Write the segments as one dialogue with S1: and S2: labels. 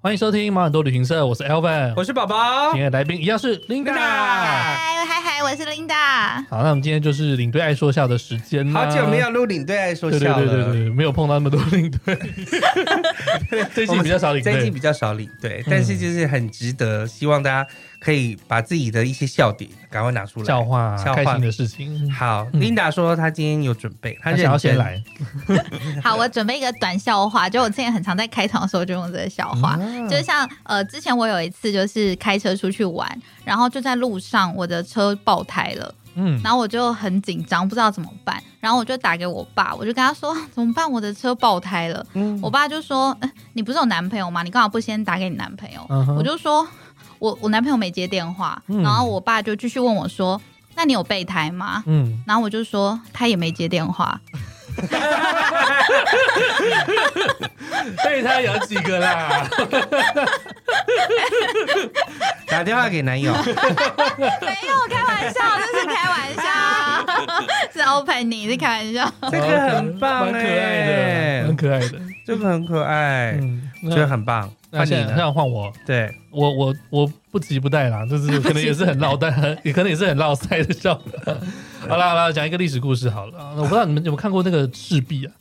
S1: 欢迎收听毛很多旅行社，我是 Elvin，
S2: 我是宝宝
S1: 今，天的来宾一样是 Linda。
S3: 嗨嗨嗨，我是 Linda。
S1: 好，那我们今天就是领队爱说笑的时间啦
S2: 好久没有录领队爱说
S1: 对对
S2: 笑了，
S1: 对对对，没有碰到那么多领队， 最近比较少领
S2: 最近
S1: 队
S2: 比。较少领队，但是就是很值得，希望大家可以把自己的一些笑点赶快拿出来。
S1: 笑话，
S2: 笑
S1: 开
S2: 话
S1: 心。的事情，
S2: 好
S1: 嗯
S2: ，Linda 说她今天有准备，
S1: 他
S2: 她认
S1: 想要先
S2: 真。
S1: 来，
S3: 好，我准备一个短笑话，就我之前很常在开场的时候就用这个笑话，
S1: 嗯
S3: 就是像呃，之前我有一次就是开车出去玩，然后就在路上我的车爆胎了，
S1: 嗯，
S3: 然后我就很紧张，不知道怎么办，然后我就打给我爸，我就跟他说怎么办，我的车爆胎了，
S2: 嗯
S3: 我爸就说、呃你不是有男朋友吗？你干嘛不先打给你男朋友？
S1: 嗯哼
S3: 我就说我我男朋友没接电话，
S1: 嗯
S3: 然后我爸就继续问我说那你有备胎吗？
S1: 嗯，
S3: 然后我就说他也没接电话，
S1: 备胎有几个 啦？
S2: 打电话给 男友，
S3: 没有开玩笑，这是开玩笑，是 opening 是开玩笑。
S2: 这个很
S1: 蛮
S2: 棒
S1: 可爱
S2: 哎
S1: 的，很可爱的，
S2: 这个很可爱，
S1: 嗯，
S2: 觉得
S1: 那
S2: 很棒。
S1: 那
S2: 换你
S1: 现在现
S2: 呢？
S1: 在换我，
S2: 对，
S1: 我我我不急不待啦， 就是可能也是很绕，但很也可能也是很绕塞的笑话。好啦好啦，讲一个历史故事好了。啊我不知道你们有没有看过那个《赤壁》啊？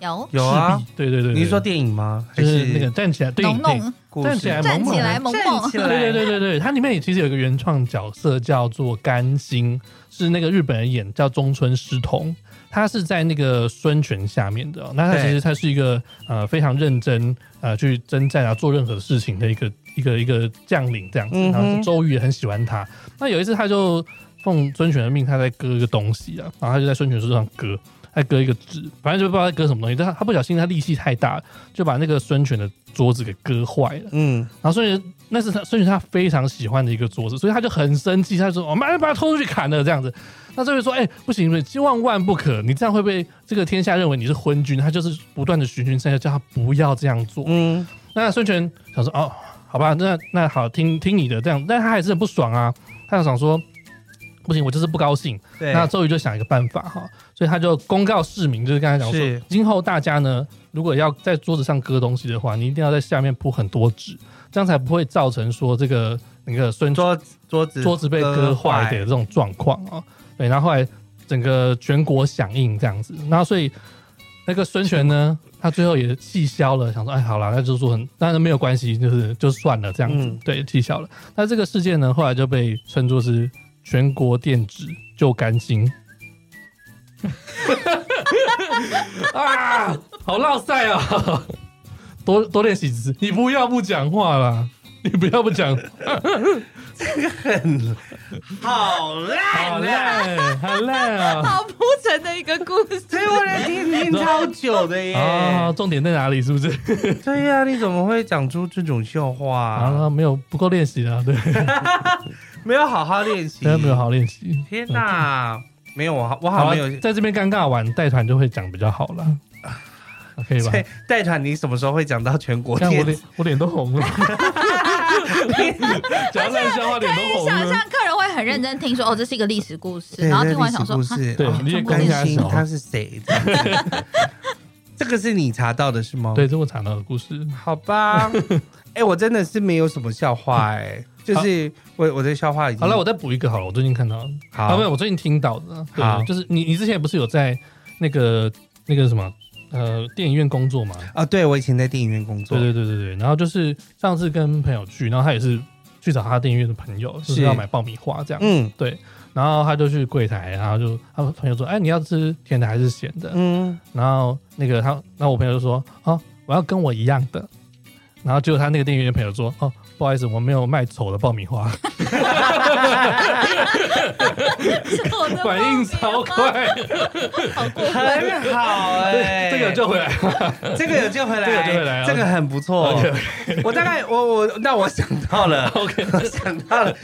S3: 有
S2: 有
S1: 赤。
S2: 啊
S1: 壁，对对对，对
S2: 你是说电影吗？还
S1: 就是那个站起来对
S3: 浓
S1: 影对影
S3: 浓
S2: 故
S1: 站
S2: 事
S1: 起来
S3: 站
S1: 萌萌
S3: 起来
S1: 的。
S3: 萌
S2: 哎站
S3: 萌
S2: 起，来，
S1: 对对对对对，它里面也其实有一个原创角色叫做甘心，是那个日本人演，叫中村狮童。他是在那个孙权下面的哦、那他
S2: 对
S1: 其实他是一个呃非常认真呃去征战啊做任何事情的一个一个一个将领这样子，
S2: 嗯
S1: 然
S2: 哼
S1: 后周瑜也很喜欢他。那有一次他就奉孙权的命，他在割一个东西啊，然后他就在孙权手上割，他割一个纸，反正就不知道在割什么东西，但他他不小心他力气太大，就把那个孙权的桌子给割坏了。
S2: 嗯，
S1: 然后孙权那是他孙权他非常喜欢的一个桌子，所以他就很生气，他就说：“我、哦、马上把他拖出去砍了。”这样子。那这位说：“哎、不行，不行，万万不可！你这样会被这个天下认为你是昏君。”他就是不断的循循善诱，叫他不要这样做。
S2: 嗯，
S1: 那孙权想说：“哦，好吧，那那好，听听你的这样。”但他还是很不爽啊，他就想说：“不行，我就是不高兴。”
S2: 对，
S1: 那周瑜就想一个办法哈，所以他就公告市民，就是刚才讲说
S2: 是，
S1: 今后大家呢，如果要在桌子上割东西的话，你一定要在下面铺很多纸，这样才不会造成说这个那个孙
S2: 桌桌子
S1: 桌子被割坏的这种状况啊。对，然后后来整个全国响应这样子，然后所以那个孙权呢，他最后也气消了，想说，哎，好了，那就说很，当然没有关系，就是就算了这样子，
S2: 嗯
S1: 对，气消了。那这个事件呢，后来就被称作是全国电子就甘心。 啊，好绕赛啊！多多练习几次，你不要不讲话啦，你不要不讲话
S2: 好
S1: 好
S2: 烂啊！
S1: 烂，好烂啊！
S3: 好铺陈的一个故事。
S2: 所以我来听听超久的耶。
S1: 啊，重点在哪里？是不是？
S2: 对呀、你怎么会讲出这种笑话、
S1: 啊，没有不够练习啊， 对，
S2: 没有好好练习，
S1: 真的没有。好练习。
S2: 天哪、没有我好，我
S1: 好
S2: 好
S1: 啊
S2: 没有。，
S1: 在这边尴尬完，带团就会讲比较好 了，可以吧？
S2: 对，带团你什么时候会讲到全国
S1: 看我
S2: 电
S1: 脸，我脸都红 了，讲烂笑话脸都红
S3: 想
S1: 了。
S3: 象客人会很认真听说，哦，这是一个历史故事，
S2: 对
S3: 然后听完想
S2: 这
S3: 说，啊
S2: 是历史故事，
S1: 对
S2: 哦
S1: 你也
S2: 这么
S1: 跟人家
S2: 关心
S1: 熟
S2: 他是谁？ 这样子这个是你查到的是吗？
S1: 对，，这我查到的故事。
S2: 好 吧。哎、我真的是没有什么笑话哎、就是我我的笑话已经
S1: 好了，我再补一个好了，我最近看到的，啊，
S2: 好
S1: 不是，我最近听到的，
S2: 好
S1: 对，就是你，你之前不是有在那个那个什么呃电影院工作吗？
S2: 啊，对我以前在电影院工作，
S1: 对对对对对，然后就是上次跟朋友去，然后他也是去找他电影院的朋友，就是
S2: 是
S1: 要买爆米花这样，
S2: 嗯
S1: 然后他就去柜台，然后就他朋友说：“哎，你要吃甜的还是咸的？”
S2: 嗯，
S1: 然后那个他，然后我朋友就说：“哦，我要跟我一样的。”然后结果他那个店员朋友说：“哦，不好意思，我没有卖丑的爆米 花。
S3: 啊我的”啊
S1: 反应超快，
S3: 好过分。
S2: 很好哎、
S1: 这个就回来了。
S2: 这个有救回来，
S1: 这个有救回来啊
S2: 这个很不错。我大概我我那我想到了，
S1: OK，
S2: 我想到了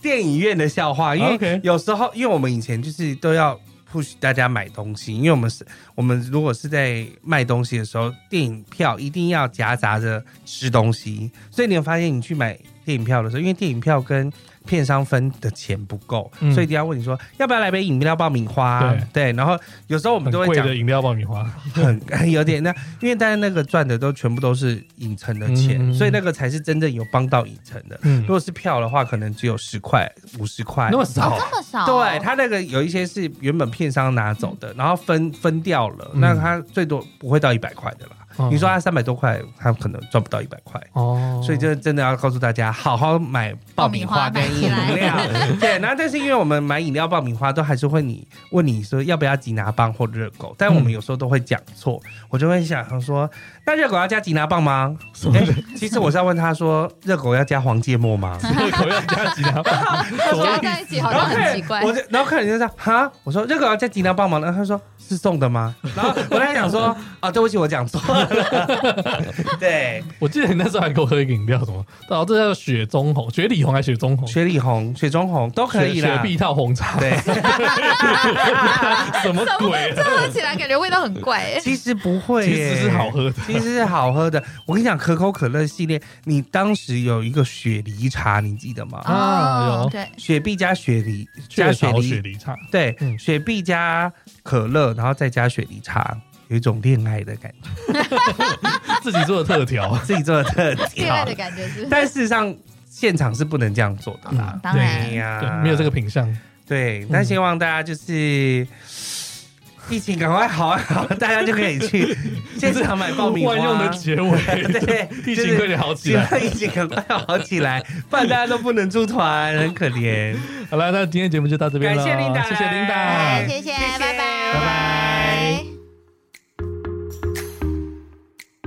S2: 电影院的笑话，因
S1: OK
S2: 为有时候因为我们以前就是都要 push 大家买东西，因为我们是我们如果是在卖东西的时候，电影票一定要夹杂着吃东西，所以你有发现你去买。电影票的时候，因为电影票跟片商分的钱不够，
S1: 嗯
S2: 所以一定要问你说要不要来杯饮料爆米花？对，然后有时候我们
S1: 很
S2: 都会
S1: 贵
S2: 讲
S1: 的饮料爆米花，
S2: 很有点那，因为大家那个赚的都全部都是影城的钱，
S1: 嗯
S2: 所以那个才是真正有帮到影城的。
S1: 嗯
S2: 如，果是票的话，可能只有十块、五十块，
S1: 那么少
S3: 哦这么少，
S2: 对，他那个有一些是原本片商拿走的，然后分分掉了，
S1: 嗯
S2: 那他最多不会到一百块的啦。
S1: 嗯
S2: 你说他三百多块，他可能赚不到一百块。
S1: 哦，
S2: 所以就真的要告诉大家，好好买爆米花跟饮
S3: 爆米
S2: 料。对，然后但是因为我们买饮料、爆米花都还是会你问你说要不要吉拿棒或热狗，但我们有时候都会讲错，我就会想说，那热狗要加吉拿棒吗？哎、其实我是要问他说，热狗要加黄芥末 吗？
S1: 热狗哦要加吉他棒，
S3: 加在一起 好像很奇怪
S2: 然后客人我。就然后客人就说哈，我说热狗要加吉拿棒吗？然后他说是送的吗？然后我在想说啊，对不起，我讲错了。 对，
S1: 我记得你那时候还给我喝一个饮料，什么？哦，这叫雪中红，雪里红还是雪中红？
S2: 雪里红、雪中红都可以
S1: 雪
S2: 啦
S1: 雪。碧套红茶，
S2: 对，
S1: 什么 鬼啊？
S3: 喝起来感觉味道很怪、欸，
S2: 其实不会、
S1: 其实是好。喝的，
S2: 其实是好喝的，我跟你讲，可口可乐系列，你当时有一个雪梨茶，你记得吗？
S1: 啊
S3: 哦
S1: 有
S3: 对，
S2: 雪碧加雪梨，
S1: 雀
S2: 加雪
S1: 巢
S2: 梨，
S1: 雪梨茶，
S2: 对，
S1: 嗯
S2: 雪碧加可乐，然后再加雪梨茶，有一种恋爱的感 觉，
S1: 自己做的特 调。
S2: 自己做的特
S3: 恋
S2: 调
S3: 爱的。感觉是。
S2: 但事实上，现场是不能这样做的啦。
S1: 嗯
S3: 当然
S2: 对哎呀、
S1: 对，没有这个品相。
S2: 对，那希望大家就是。疫情赶快好啊好啊，大家就可以去现场买爆米花。
S1: 万用的结尾，
S2: 对，
S1: 疫
S2: 就
S1: 情
S2: 是
S1: 快点好起
S2: 希
S1: 来。
S2: 望疫情赶快好起来，不然大家都不能出团，很可怜。
S1: 好了，那今天节目就到这边了，
S2: 感谢琳达，
S1: 谢谢琳达
S3: 哎，谢谢拜拜
S2: 拜
S3: 哎
S2: 拜。